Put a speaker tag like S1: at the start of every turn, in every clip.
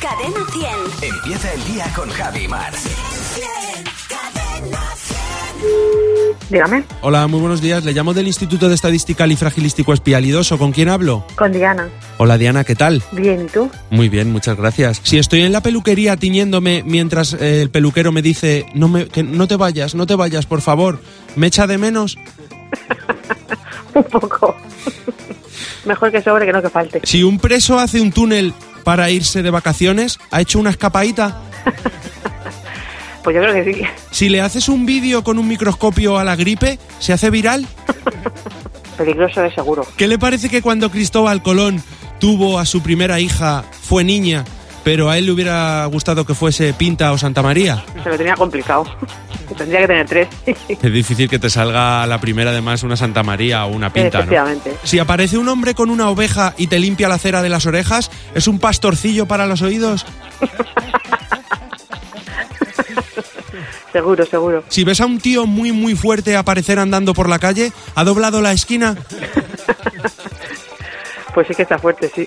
S1: Cadena 100.
S2: Empieza el día con Javi Mar.
S3: Dígame,
S4: Hola, muy buenos días. Le llamo del Instituto de Estadística Fragilístico Espialidoso. ¿Con quién hablo?
S3: con Diana.
S4: Hola, Diana, ¿qué tal?
S3: Bien, ¿y tú?
S4: Muy bien, muchas gracias. Si estoy en la peluquería tiñéndome mientras eh, el peluquero me dice no, me, que no te vayas, no te vayas, por favor, ¿me echa de menos?
S3: Un poco. Mejor que sobre que no que falte.
S4: Si un preso hace un túnel para irse de vacaciones, ¿ha hecho una escapadita?
S3: Pues yo creo que sí.
S4: Si le haces un vídeo con un microscopio a la gripe, ¿se hace viral?
S3: Peligroso de seguro.
S4: ¿Qué le parece que cuando Cristóbal Colón tuvo a su primera hija fue niña, pero a él le hubiera gustado que fuese Pinta o Santa María?
S3: Se lo tenía complicado. Tendría que tener tres.
S4: Es difícil que te salga la primera además una Santa María o una Pinta, ¿no?
S3: Efectivamente.
S4: Si aparece un hombre con una oveja y te limpia la cera de las orejas, ¿es un pastorcillo para los oídos?
S3: Seguro, seguro.
S4: Si ves a un tío muy muy fuerte aparecer andando por la calle, ¿ha doblado la esquina?
S3: Pues sí que está fuerte, sí.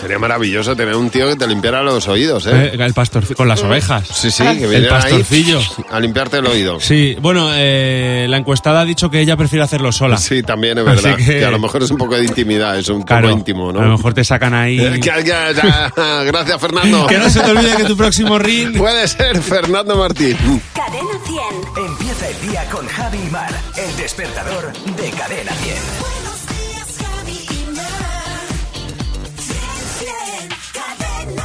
S5: Sería maravilloso tener un tío que te limpiara los oídos, ¿eh?
S4: Eh, el pastor con las ovejas.
S5: Sí, sí, que
S4: El
S5: viniera ahí
S4: pastorcillo.
S5: a limpiarte el oído.
S4: Sí, bueno, eh, la encuestada ha dicho que ella prefiere hacerlo sola.
S5: Sí, también es
S4: Así
S5: verdad.
S4: que-
S5: Que... a lo mejor es un poco de intimidad, es un
S4: Claro,
S5: poco íntimo,
S4: a lo
S5: ¿no?
S4: mejor te sacan ahí...
S5: Eh, que- que- ya, Gracias, Fernando.
S4: que no se te olvide que tu próximo ring...
S5: Puede ser Fernando Martín.
S1: Cadena 100.
S2: Empieza el día con Javi Mar. El despertador de Cadena 10.
S6: Buenos días, Javi y Mar. Bien, bien, cadena